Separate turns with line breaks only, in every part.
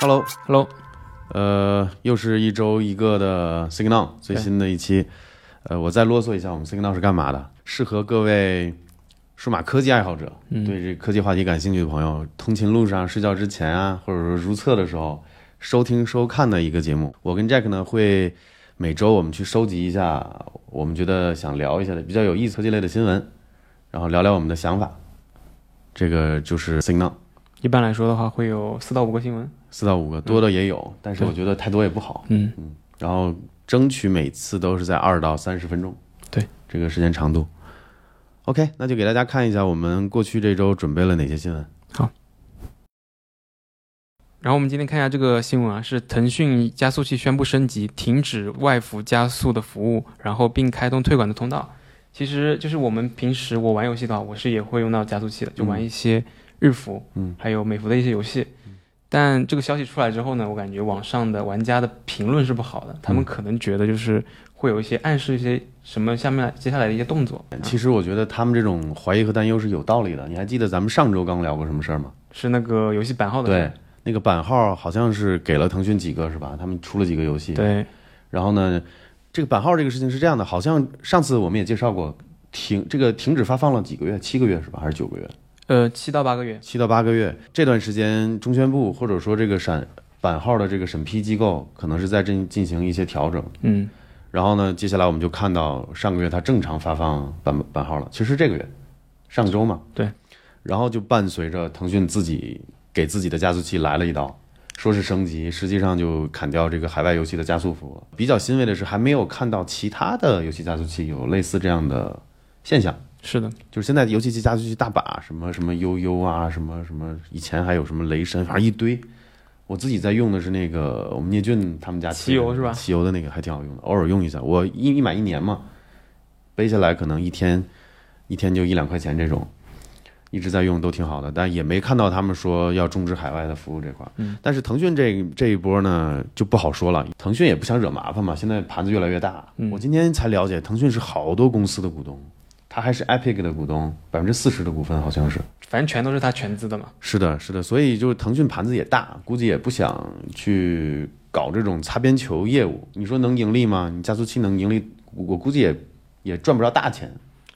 Hello，
Hello，
呃，又是一周一个的 Signal 最新的一期。呃，我再啰嗦一下，我们 Signal 是干嘛的？适合各位数码科技爱好者，
嗯
对这科技话题感兴趣的朋友，通勤路上、睡觉之前啊，或者说如厕的时候收听收看的一个节目。我跟 Jack 呢会每周我们去收集一下我们觉得想聊一下的比较有意思科技类的新闻，然后聊聊我们的想法。这个就是 Signal。
一般来说的话会有四到五个新闻。
四到五个，多的也有，但是我觉得太多也不好。
嗯，
然后争取每次都是在二到三十分钟，
对
这个时间长度。OK，那就给大家看一下我们过去这周准备了哪些新闻。
然后我们今天看一下这个新闻啊，是腾讯加速器宣布升级，停止外服加速的服务，然后并开通推广的通道。其实就是我们平时我玩游戏的话，我是也会用到加速器的，就玩一些日服，
嗯，
还有美服的一些游戏。但这个消息出来之后呢，我感觉网上的玩家的评论是不好的，他们
嗯
可能觉得就是会有一些暗示一些什么下面接下来的一些动作。啊
其实我觉得他们这种怀疑和担忧是有道理的。你还记得咱们上周刚聊过什么事儿吗？
是那个游戏版号的事
对
儿，
那个版号好像是给了腾讯几个是吧？他们出了几个游戏。
对，
然后呢，这个版号这个事情是这样的，好像上次我们也介绍过，停这个停止发放了几个月，七个月是吧？还是九个月？
呃，七到八个月，
七到八个月这段时间，中宣部或者说这个闪版号的这个审批机构，可能是在进进行一些调整。
嗯，
然后呢，接下来我们就看到上个月它正常发放版版号了，其实是这个月上周嘛，
对。
然后就伴随着腾讯自己给自己的加速器来了一刀，说是升级，实际上就砍掉这个海外游戏的加速服务了。比较欣慰的是，还没有看到其他的游戏加速器有类似这样的现象。
是的，
就是现在游戏机加速器大把，什么什么悠悠啊，什么什么，以前还有什么雷神，反正一堆。我自己在用的是那个我们聂俊他们家
骑游是吧
骑游的那个还挺好用的，偶尔用一下。我一一买一年嘛，背下来可能一天一天就一两块钱这种，一直在用都挺好的，但也没看到他们说要终止海外的服务这块儿。
嗯
但是腾讯这这一波呢就不好说了，腾讯也不想惹麻烦嘛，现在盘子越来越大。
嗯
我今天才了解，腾讯是好多公司的股东，他还是 Epic 的股东，百分之四十的股份好像是。
反正全都是他全资的嘛。
是的，是的，所以就是腾讯盘子也大，估计也不想去搞这种擦边球业务。你说能盈利吗？你加速器能盈利，我估计也也赚不着大钱。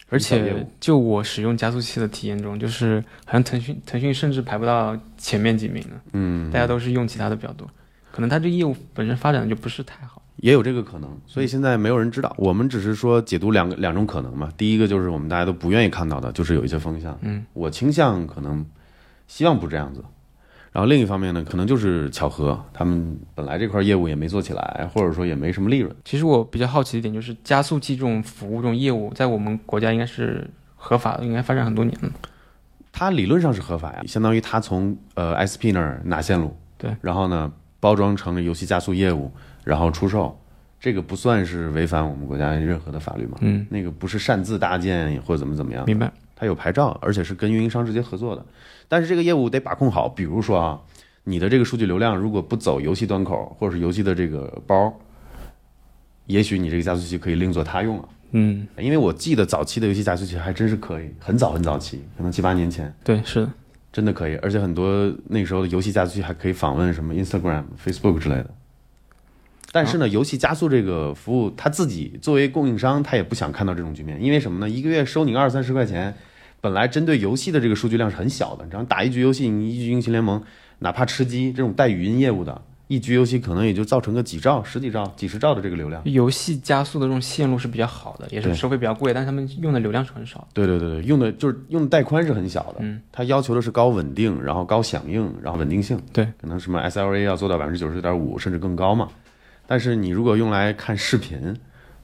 而
小业
且
务
就我使用加速器的体验中，就是好像腾讯腾讯甚至排不到前面几名了，嗯，大家都是用其他的比较多，可能他这业务本身发展的就不是太好。
也有这个可能，所以现在没有人知道。我们只是说解读两个两种可能嘛。第一个就是我们大家都不愿意看到的，就是有一些风向。
嗯，
我倾向可能希望不这样子。然后另一方面呢，可能就是巧合，他们本来这块业务也没做起来，或者说也没什么利润。
其实我比较好奇的一点就是，加速器这种服务这种业务，在我们国家应该是合法的，应该发展很多年了。
它理论上是合法呀，相当于它从呃 SP 那儿拿线路，
对，
然后呢包装成游戏加速业务，然后出售，这个不算是违反我们国家任何的法律嘛？
嗯，
那个不是擅自搭建或者怎么怎么样，
明白。
它有牌照，而且是跟运营商直接合作的。但是这个业务得把控好，比如说啊，你的这个数据流量如果不走游戏端口或者是游戏的这个包，也许你这个加速器可以另作他用了。
嗯，
因为我记得早期的游戏加速器还真是可以，很早很早期，可能七八年前
对，是的，
真的可以，而且很多那时候的游戏加速器还可以访问什么 Instagram、Facebook 之类的。但是呢，游戏加速这个服务，他自己作为供应商，他也不想看到这种局面，因为什么呢？一个月收你个二三十块钱，本来针对游戏的这个数据量是很小的，你知道，打一局游戏，你一局英雄联盟，哪怕吃鸡这种带语音业务的，一局游戏可能也就造成个几兆、十几兆、几十兆的这个流量。
游戏加速的这种线路是比较好的，也
对
是收费比较贵，但是他们用的流量是很少的。
对对对对，用的就是用的带宽是很小的，它要求的是高稳定，然后高响应，然后稳定性。
对，
可能什么 SLA 要做到百分之九十九点五甚至更高嘛。但是你如果用来看视频，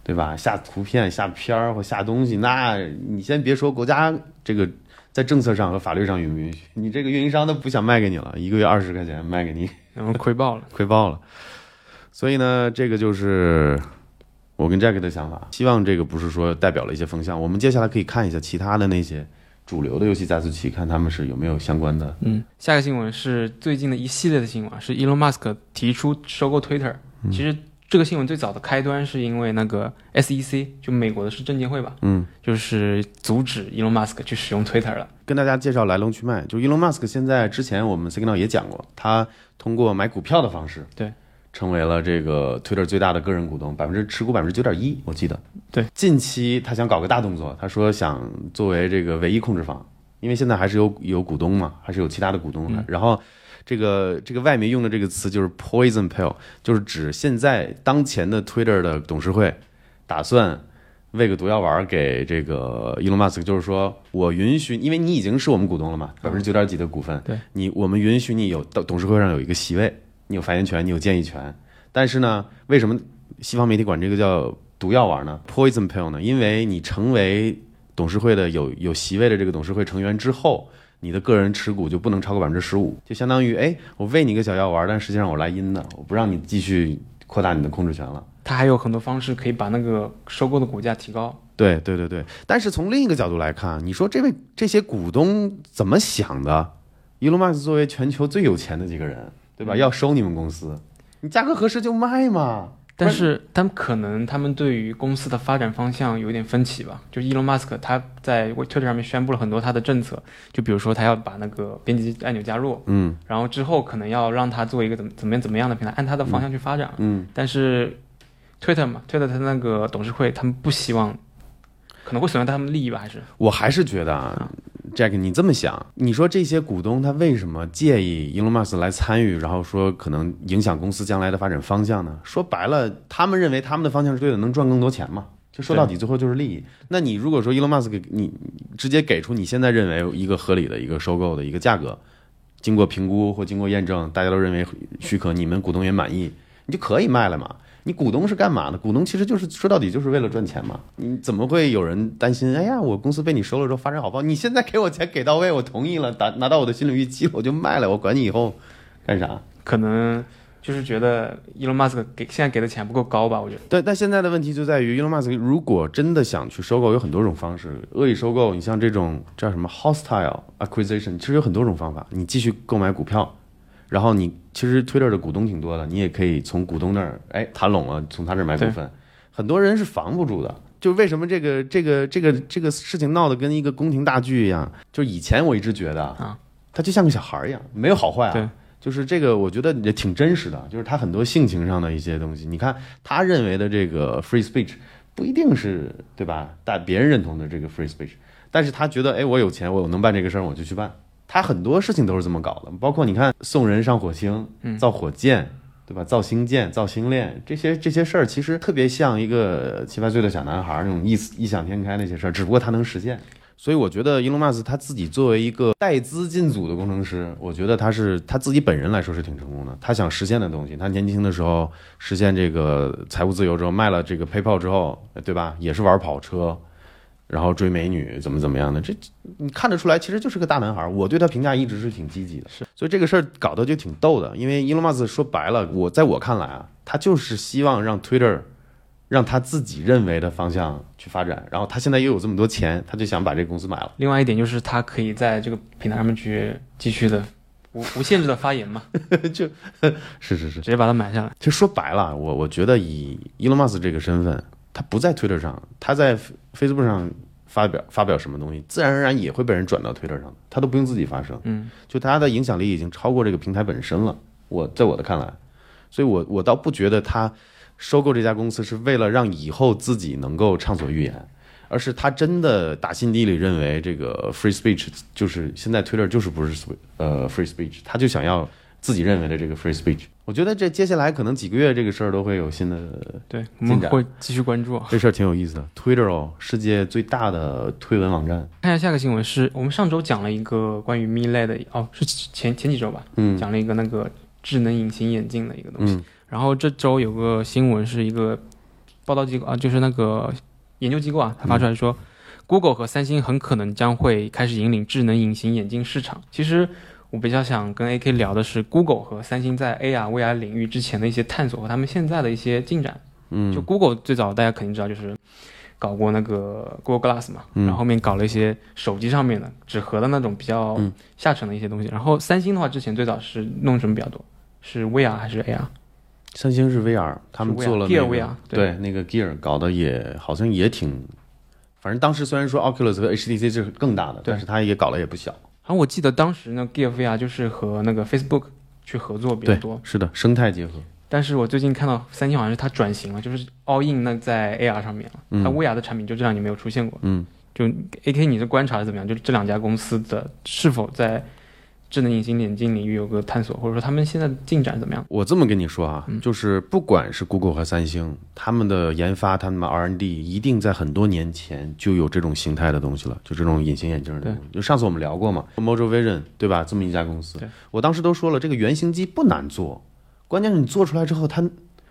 对吧？下图片、下片儿或下东西，那你先别说国家这个在政策上和法律上允不允许，你这个运营商都不想卖给你了，一个月二十块钱卖给你，
然后亏爆了。
亏爆了。所以呢，这个就是我跟 Jack 的想法，希望这个不是说代表了一些风向。我们接下来可以看一下其他的那些主流的游戏加速器，看他们是有没有相关的。
嗯，下个新闻是最近的一系列的新闻啊，是 Elon Musk 提出收购 Twitter。其实这个新闻最早的开端是因为那个 E SEC，就美国的是证监会吧，
嗯，
就是阻止 Elon Musk 去使用 Twitter 了。
跟大家介绍来龙去脉，就是 Elon Musk 现在之前我们 Signal 也讲过，他通过买股票的方式，
对，
成为了这个 Twitter 最大的个人股东，百分之持股百分之九点一，我记得。
对，
近期他想搞个大动作，他说想作为这个唯一控制方，因为现在还是有有股东嘛，还是有其他的股东的。
嗯
然后这个这个外媒用的这个词就是 poison pill，就是指现在当前的 Twitter 的董事会打算喂个毒药丸给这个 Elon Musk，就是说我允许，因为你已经是我们股东了嘛，百分之九点几的股份，
对
你我们允许你有董董事会上有一个席位，你有发言权，你有建议权。但是呢，为什么西方媒体管这个叫毒药丸呢？poison pill 呢？因为你成为董事会的有有席位的这个董事会成员之后，你的个人持股就不能超过百分之十五，就相当于哎，我喂你一个小药丸，但实际上我来阴的，我不让你继续扩大你的控制权了。
它还有很多方式可以把那个收购的股价提高。
对对对对，但是从另一个角度来看，你说这位这些股东怎么想的？伊隆马斯作为全球最有钱的几个人，对吧？要收你们公司，你价格合适就卖嘛。
但是他们可能他们对于公司的发展方向有点分歧吧。就 Elon Musk 他在 Twitter 上面宣布了很多他的政策，就比如说他要把那个编辑按钮加入，
嗯
然后之后可能要让它作为一个怎么怎么样怎么样的平台，按它的方向去发展。
嗯，
但是 Twitter 嘛，Twitter 它那个董事会他们不希望，可能会损害他们的利益吧，还是
我还是觉得啊，Jack，你这么想，你说这些股东他为什么介意伊隆马斯来参与，然后说可能影响公司将来的发展方向呢？说白了，他们认为他们的方向是对的，能赚更多钱嘛。就说到底，最后就是利益。那你如果说伊隆马斯给你直接给出你现在认为一个合理的一个收购的一个价格，经过评估或经过验证，大家都认为许可，你们股东也满意，你就可以卖了嘛。你股东是干嘛的？股东其实就是说到底就是为了赚钱嘛。你怎么会有人担心？哎呀，我公司被你收了之后发展好不好？你现在给我钱给到位，我同意了，达拿到我的心理预期了，我就卖了，我管你以后干啥？
可能就是觉得 Elon Musk 给现在给的钱不够高吧？我觉得
对，但现在的问题就在于，Elon Musk 如果真的想去收购，有很多种方式。恶意收购，你像这种叫什么 hostile acquisition，其实有很多种方法。你继续购买股票，然后你其实 Twitter 的股东挺多的，你也可以从股东那儿哎谈拢了，从他这儿买股份。很多人是防不住的。就为什么这个这个这个这个事情闹得跟一个宫廷大剧一样？就以前我一直觉得
啊，
他就像个小孩儿一样，没有好坏啊。
对
就是这个，我觉得也挺真实的，就是他很多性情上的一些东西。你看他认为的这个 free speech 不一定是对吧？但别人认同的这个 free speech，但是他觉得，哎，我有钱，我能办这个事儿，我就去办。他很多事情都是这么搞的，包括你看送人上火星、造火箭，对吧？造星舰、造星链这些这些事儿，其实特别像一个七八岁的小男孩儿那种异异想天开那些事儿，只不过他能实现。所以我觉得伊隆马斯他自己作为一个带资进组的工程师，我觉得他是他自己本人来说是挺成功的。他想实现的东西，他年轻的时候实现这个财务自由之后，卖了这个 PayPal 之后，对吧？也是玩跑车，然后追美女，怎么怎么样的，这你看得出来，其实就是个大男孩。我对他评价一直是挺积极的，
是。
所以这个事儿搞得就挺逗的，因为伊隆马斯说白了，我在我看来啊，他就是希望让 Twitter 让他自己认为的方向去发展，然后他现在又有这么多钱，他就想把这个公司买了。
另外一点就是他可以在这个平台上面去继续的无无限制的发言嘛，
是是是，
直接把它买下来。
其实说白了，啊我我觉得以伊隆马斯这个身份，他不在 Twitter 上，他在 F- Facebook 上发表发表什么东西，自然而然也会被人转到 Twitter 上，他都不用自己发声。
嗯，
就他的影响力已经超过这个平台本身了。我在我的看来，所以我我倒不觉得他收购这家公司是为了让以后自己能够畅所欲言，而是他真的打心底里认为这个 free speech 就是现在 Twitter 就是不是 swe- 呃 free speech，他就想要自己认为的这个 free speech。我觉得这接下来可能几个月这个事儿都会有新的，
对，我们
进展
会继续关注。
这事儿挺有意思的。Twitter 哦，世界最大的推文网站，
看一下下个新闻是，我们上周讲了一个关于 Mi 类的，哦，是前前几周吧，
嗯
讲了一个那个智能隐形眼镜的一个东西。
嗯
然后这周有个新闻是一个报道机构啊，就是那个研究机构
嗯
啊，它发出来说、g o o g l e 和三星很可能将会开始引领智能隐形眼镜市场。其实我比较想跟 AK 聊的是 Google 和三星在 AR、VR 领域之前的一些探索和他们现在的一些进展。
嗯
就 Google 最早大家肯定知道就是搞过那个 Google Glass 嘛，
嗯
然后后面搞了一些手机上面的纸盒的那种比较
嗯
下沉的一些东西。然后三星的话，之前最早是弄什么比较多？是 VR 还是 AR？
三星是 VR，他们做了、那
Gear
个、
VR 对
对那个 Gear 搞得也好像也挺反正当时虽然说 Oculus 和 HTC 这是更大的，
对
但是它也搞了也不小。
然后我记得当时呢，Gear VR 就是和那个 Facebook 去合作比较
对
多，，
是的，生态结合。
但是我最近看到三星好像是它转型了，就是 All In 那在 AR 上面了，
嗯
它 VR 的产品就这两年没有出现过。
嗯，
就 AK 你的观察是怎么样？就是这两家公司的是否在智能隐形眼镜领域有个探索，或者说他们现在进展怎么样？
我这么跟你说
嗯
啊，就是不管是 Google 和三星，他们的研发、他们的 R&D 一定在很多年前就有这种形态的东西了，就这种隐形眼镜的
对
东西。就上次我们聊过嘛，Mojo Vision 对吧？这么一家公司
对，
我当时都说了，这个原型机不难做，关键是你做出来之后，它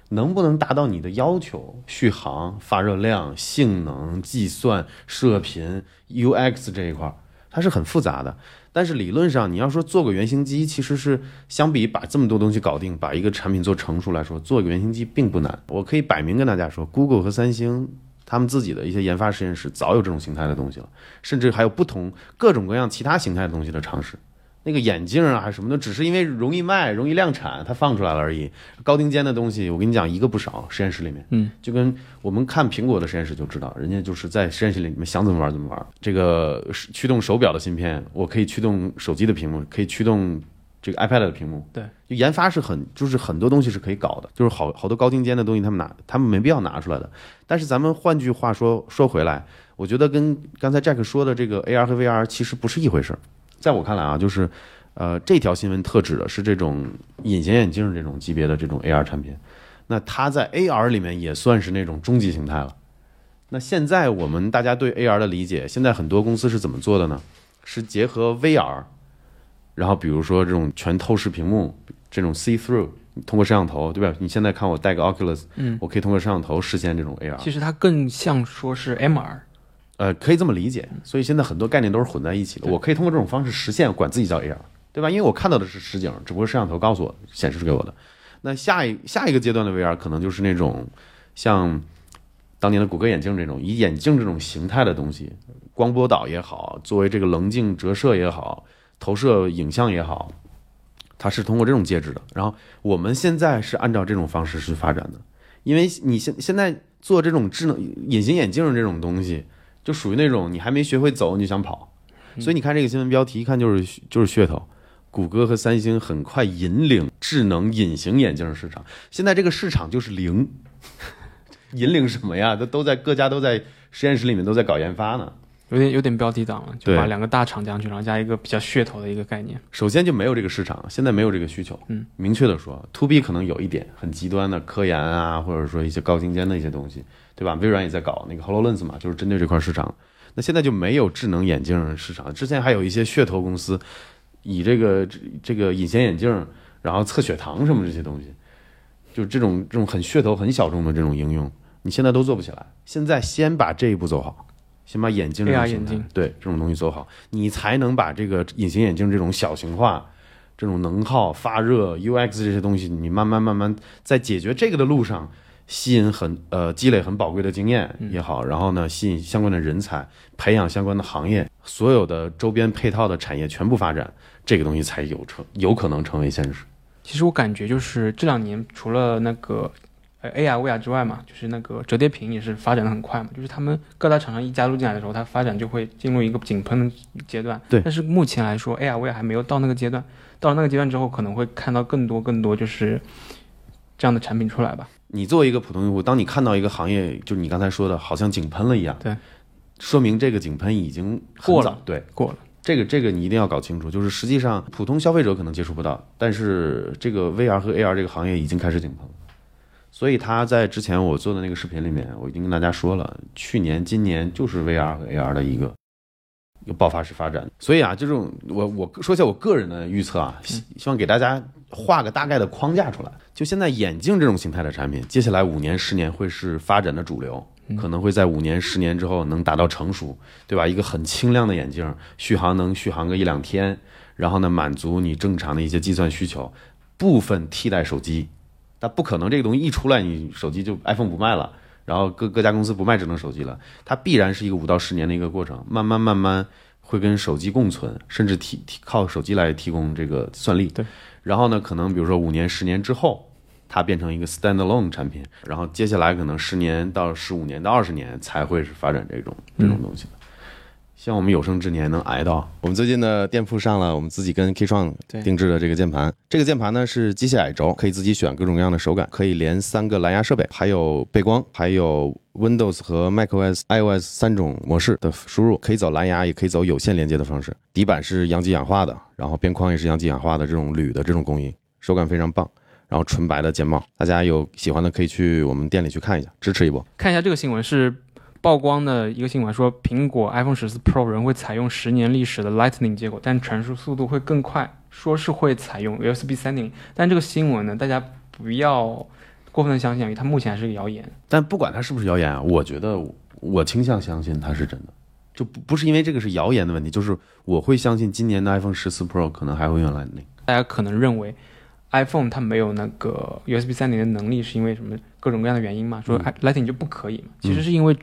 能不能达到你的要求？续航、发热量、性能、计算、射频、UX 这一块儿，它是很复杂的。但是理论上，你要说做个原型机，其实是相比把这么多东西搞定，把一个产品做成熟来说，做个原型机并不难。我可以摆明跟大家说，Google 和三星他们自己的一些研发实验室早有这种形态的东西了，甚至还有不同各种各样其他形态的东西的尝试。那个眼镜啊，还是什么的，只是因为容易卖、容易量产，它放出来了而已。高精尖的东西，我跟你讲，一个不少，实验室里面，
嗯，
就跟我们看苹果的实验室就知道，人家就是在实验室里面想怎么玩怎么玩。这个是驱动手表的芯片，我可以驱动手机的屏幕，可以驱动这个 iPad 的屏幕。
对，
就研发是很，就是很多东西是可以搞的，就是好好多高精尖的东西，他们拿他们没必要拿出来的。但是咱们换句话说说回来，我觉得跟刚才 Jack 说的这个 AR 和 VR 其实不是一回事儿。在我看来啊，就是呃，这条新闻特指的是这种隐形眼镜这种级别的这种 AR 产品，那它在 AR 里面也算是那种终极形态了。那现在我们大家对 AR 的理解，现在很多公司是怎么做的呢？是结合 VR，然后比如说这种全透视屏幕，这种 see through，通过摄像头，对吧？你现在看我戴个 Oculus，
嗯，
我可以通过摄像头实现这种 AR。
其实它更像说是 MR，
呃，可以这么理解。所以现在很多概念都是混在一起的。
对
我可以通过这种方式实现，管自己叫 AR，对吧？因为我看到的是实景，只不过摄像头告诉我显示给我的。那下一下一个阶段的 VR 可能就是那种像当年的谷歌眼镜这种，以眼镜这种形态的东西，光波导也好，作为这个棱镜折射也好，投射影像也好，它是通过这种介质的。然后我们现在是按照这种方式去发展的，因为你现现在做这种智能隐形眼镜这种东西，就属于那种你还没学会走你就想跑，所以你看这个新闻标题，一看就是噱就是噱头。谷歌和三星很快引领智能隐形眼镜市场，现在这个市场就是零， 引领什么呀？都都在各家都在实验室里面都在搞研发呢。
有点有点标题党了，就
对
把两个大厂加上去，然后加一个比较噱头的一个概念。
首先就没有这个市场，现在没有这个需求。
嗯，
明确的说，to B 可能有一点很极端的科研啊，或者说一些高精尖的一些东西，对吧？微软也在搞那个 Hololens 嘛，就是针对这块市场。那现在就没有智能眼镜市场，之前还有一些噱头公司以这个这这个隐形眼镜，然后测血糖什么这些东西，就这种这种很噱头、很小众的这种应用，你现在都做不起来。现在先把这一步走好，先把眼镜这种
AR
形态
眼镜
对这种东西走好，你才能把这个隐形眼镜这种小型化、这种能耗、发热、UX 这些东西，你慢慢慢慢在解决这个的路上。吸引很呃积累很宝贵的经验
嗯
也好，然后呢吸引相关的人才，培养相关的行业，所有的周边配套的产业全部发展，这个东西才有成有可能成为现实。
其实我感觉就是这两年除了那个呃 AR、VR 之外嘛，就是那个折叠屏也是发展的很快嘛，就是他们各大厂商一加入进来的时候，它发展就会进入一个井喷的阶段。
对
但是目前来说，AR、VR 还没有到那个阶段，到了那个阶段之后，可能会看到更多更多就是这样的产品出来吧。
你作为一个普通用户，当你看到一个行业，就是你刚才说的，好像井喷了一样，
对，
说明这个井喷已经很
过
早
了，
对，
过了，
这个这个你一定要搞清楚，就是实际上普通消费者可能接触不到，但是这个 VR 和 AR 这个行业已经开始井喷了。所以他在之前我做的那个视频里面，我已经跟大家说了，去年、今年就是 VR 和 AR 的一个一个爆发式发展。所以啊，这种我我说一下我个人的预测啊，
嗯
希希望给大家画个大概的框架出来。就现在眼镜这种形态的产品，接下来五年、十年会是发展的主流，可能会在五年、十年之后能达到成熟，对吧？一个很轻量的眼镜，续航能续航个一两天，然后呢，满足你正常的一些计算需求，部分替代手机。但不可能这个东西一出来，你手机就 iPhone 不卖了，然后各各家公司不卖智能手机了，它必然是一个五到十年的一个过程，慢慢慢慢会跟手机共存，甚至提提靠手机来提供这个算力。
对，
然后呢，可能比如说五年、十年之后，它变成一个 standalone 产品，然后接下来可能十年到十五年到二十年才会是发展这种这种东西的。希望我们有生之年能挨到。我们最近的店铺上了我们自己跟 K 创
对
定制的这个键盘，这个键盘呢是机械矮轴，可以自己选各种各样的手感，可以连三个蓝牙设备，还有背光，还有 Windows 和 macOS、iOS 三种模式的输入，可以走蓝牙，也可以走有线连接的方式。底板是阳极氧化的，然后边框也是阳极氧化的这种铝的这种工艺，手感非常棒。然后纯白的键帽，大家有喜欢的可以去我们店里去看一下，支持一波。
看一下这个新闻是曝光的一个新闻，说苹果 iPhone 十四 Pro 仍会采用十年历史的 Lightning 接口，但传输速度会更快，说是会采用 USB 三点零。但这个新闻呢，大家不要过分的相信，因啊为它目前还是个谣言。
但不管它是不是谣言啊，我觉得我我倾向相信它是真的，就不不是因为这个是谣言的问题，就是我会相信今年的 iPhone 十四 Pro 可能还会用来那个。
大家可能认为 iPhone 它没有那个 USB 三点零的能力，是因为什么各种各样的原因嘛？说
嗯
i- Lightning 就不可以嘛？其实是因为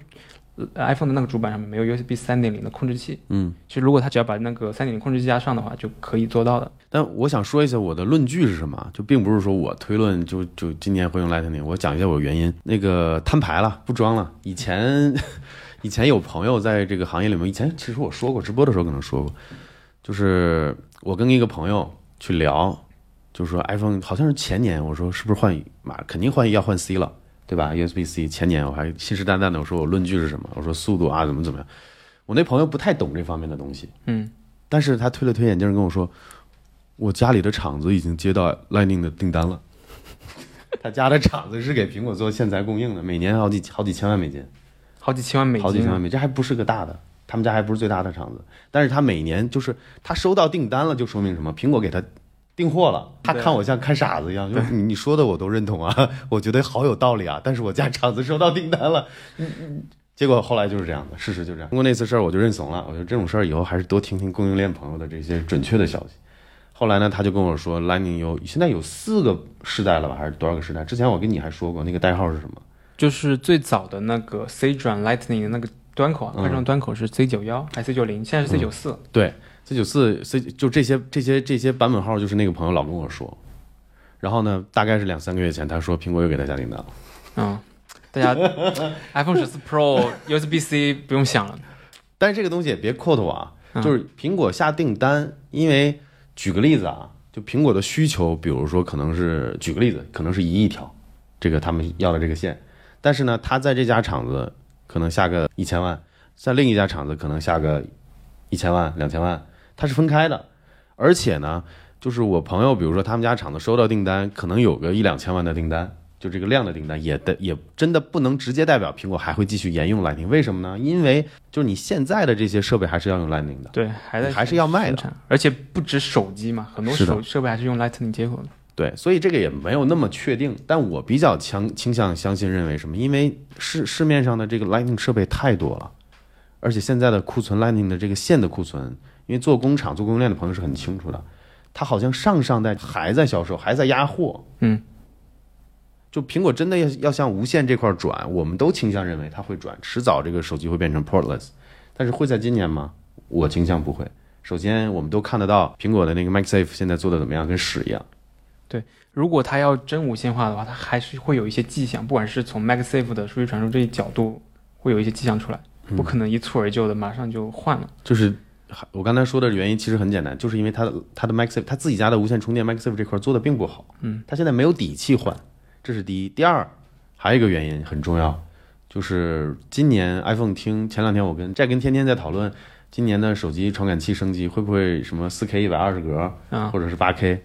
呃 iPhone 的那个主板上面没有 USB 三点零的控制器。
嗯，
其实如果它只要把那个三点零控制器加上的话，就可以做到的。
但我想说一下我的论据是什么啊，就并不是说我推论就就今年会用 Lightning，我讲一下我的原因。那个摊牌了，不装了。以前 以前有朋友在这个行业里面，以前其实我说过，直播的时候可能说过，就是我跟一个朋友去聊，就说 iPhone 好像是前年，我说是不是换马肯定换要换 C 了，对吧？USB C 前年我还信誓旦旦的我说我论据是什么，我说速度啊怎么怎么样，我那朋友不太懂这方面的东西，
嗯，
但是他推了推眼镜跟我说，我家里的厂子已经接到 Lightning 的订单了。 他家的厂子是给苹果做线材供应的，每年好几好几千万美金，
好几千万美金啊，
好几千万美金，这还不是个大的，他们家还不是最大的厂子，但是他每年就是他收到订单了，就说明什么？苹果给他订货了，他
对
看我像看傻子一样，就你你说的我都认同啊， 我觉得好有道理啊，但是我家厂子收到订单了，
嗯
结果后来就是这样的，事实就这样。通过那次事儿，我就认怂了。我觉得这种事儿以后还是多听听供应链朋友的这些准确的消息。后来呢，他就跟我说，Lightning 有现在有四个世代了吧，还是多少个世代？之前我跟你还说过那个代号是什么？
就是最早的那个 C 转 Lightning 的那个端口啊，
嗯
快转端口是 C 九幺还是 C 九零，现在是 C 九四。
对，C 九四 C 就这些这些这些版本号，就是那个朋友老跟我说。然后呢，大概是两三个月前，他说苹果又给他下订单了。
嗯，大 家 iPhone 十四 Pro USB C 不用想了。
但是这个东西也别 quote 我啊，
嗯
就是苹果下订单，因为举个例子啊，就苹果的需求，比如说可能是举个例子，可能是一亿条，这个他们要的这个线，但是呢，他在这家厂子可能下个一千万，在另一家厂子可能下个一千万、两千万，它是分开的，而且呢，就是我朋友，比如说他们家厂子收到订单，可能有个一两千万的订单。就这个量的订单也的也真的不能直接代表苹果还会继续沿用 Lightning，为什么呢？因为就是你现在的这些设备还是要用 Lightning 的，
对，还在
还是要卖
生
的。
产，而且不止手机嘛，很多
是的
手设备还是用 Lightning 接口的。
对，所以这个也没有那么确定。但我比较强倾向相信认为什么？因为市市面上的这个 Lightning 设备太多了，而且现在的库存 Lightning 的这个线的库存，因为做工厂、做供应链的朋友是很清楚的，它好像上上代还在销售，还在压货。
嗯，
就苹果真的要要向无线这块转，我们都倾向认为它会转，迟早这个手机会变成 portless，但是会在今年吗？我倾向不会。首先，我们都看得到苹果的那个 MagSafe 现在做的怎么样，跟屎一样。
如果它要真无线化的话，它还是会有一些迹象，不管是从 MagSafe 的数据传输这一角度，会有一些迹象出来，
嗯
不可能一蹴而就的马上就换了。
就是我刚才说的原因其实很简单，就是因为它的它的 MagSafe 它自己家的无线充电 MagSafe 这块做的并不好，嗯，它现在没有底气换，这是第一。第二，还有一个原因很重要，就是今年 iPhone 听前两天我跟在跟天天在讨论，今年的手机传感器升级会不会什么 4K 一百二十格
啊、
或者是 8K，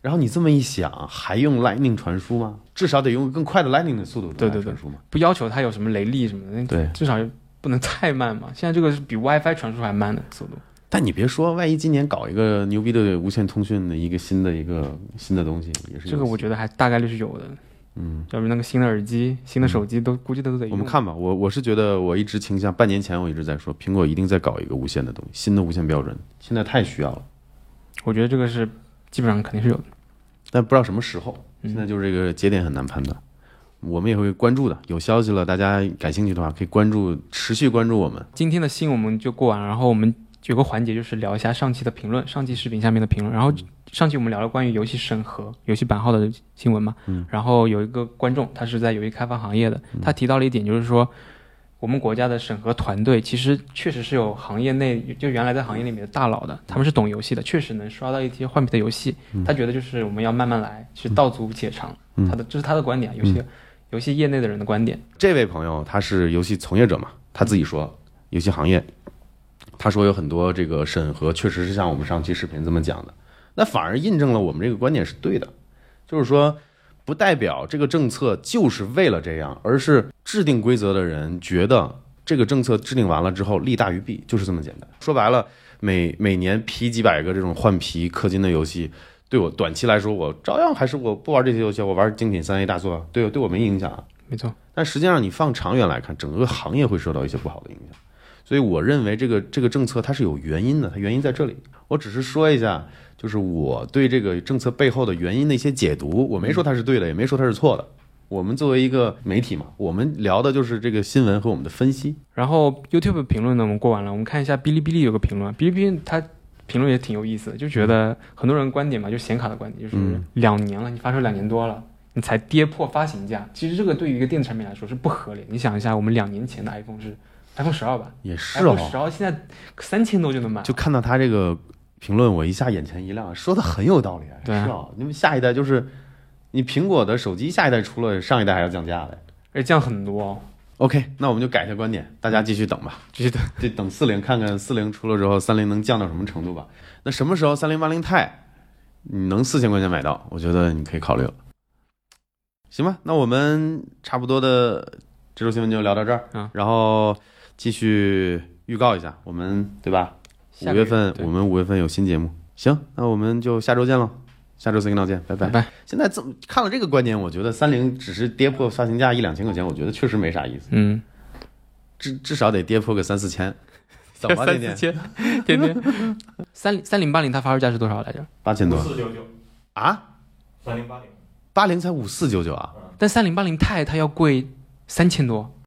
然后你这么一想，还用 Lightning 传输吗？至少得用更快的 Lightning 的速度
对对对
传输嘛。
不要求它有什么雷力什么的，
对
至少不能太慢嘛。现在这个是比 WiFi 传输还慢的速度。
但你别说，万一今年搞一个牛逼的无线通讯的一个新的一个新的东西，也是
这个我觉得还大概率是有的。嗯，要不那个新的耳机、新的手机都估计都得
嗯我
用
们看吧。我我是觉得，我一直倾向半年前我一直在说，苹果一定在搞一个无线的东西，新的无线标准，现在太需要了，
我觉得这个是基本上肯定是有的。
但不知道什么时候。
嗯
现在就是这个节点很难判断，我们也会关注的。有消息了，大家感兴趣的话可以关注，持续关注我们。
今天的新闻我们就过完，然后我们有个环节就是聊一下上期的评论，上期视频下面的评论。然后上期我们聊了关于游戏审核、游戏版号的新闻嘛，
嗯
然后有一个观众他是在游戏开发行业的，他提到了一点，就是说我们国家的审核团队其实确实是有行业内就原来在行业里面的大佬的，他们是懂游戏的，确实能刷到一些换皮的游戏。他觉得就是我们要慢慢来，是道阻且长。
嗯
他的这是他的观点，游戏、游戏业内的人的观点。
这位朋友他是游戏从业者嘛，他自己说游戏行业，他说有很多这个审核确实是像我们上期视频这么讲的，那反而印证了我们这个观点是对的，就是说不代表这个政策就是为了这样，而是制定规则的人觉得这个政策制定完了之后利大于弊，就是这么简单。说白了，每每年批几百个这种换皮氪金的游戏。对我短期来说，我照样还是我不玩这些游戏，我玩精品三 A 大作，对我对我没影响啊。
没错，
但实际上你放长远来看，整个行业会受到一些不好的影响。所以我认为这个这个政策它是有原因的，它原因在这里。我只是说一下，就是我对这个政策背后的原因的一些解读，我没说它是对的，也没说它是错的。我们作为一个媒体嘛，我们聊的就是这个新闻和我们的分析。
然后 YouTube 评论呢，我们过完了，我们看一下哔哩哔哩有个评论，哔哩哔哩它评论也挺有意思的，就觉得很多人观点嘛，就显卡的观点，就是
嗯
两年了，你发售两年多了，你才跌破发行价，其实这个对于一个电子产品来说是不合理。你想一下，我们两年前的 iPhone 是 iPhone 十二吧
也是
，iPhone
哦，
十二现在三千多就能买，
就看到他这个评论，我一下眼前一亮，说的很有道理。
对啊
是哦，你们下一代就是你苹果的手机下一代出了，上一代还要降价嘞。
而且降很多哦，
OK，那我们就改一下观点，大家继续等吧。
这些都
这等四零看看四零出了之后，三零能降到什么程度吧？那什么时候三零八零钛你能四千块钱买到？我觉得你可以考虑了。行吧，那我们差不多的这周新闻就聊到这儿，
嗯
然后继续预告一下，我们对吧？
下
五
个月
月份
对
我们五月份有新节目，行，那我们就下周见喽，下周 s i g 见，拜拜。
拜拜。
现在这么看了这个观点，我觉得三菱只是跌破发行价一两千块钱，我觉得确实没啥意思。
嗯，
至至少得跌破个三 四千，怎么
三
天
四
天
千， 天天三三零八零它发售价是多少来着？
八千多
四九九
啊？
三零八零，
八零才五四九九啊？
但三零八零钛它要贵三千多，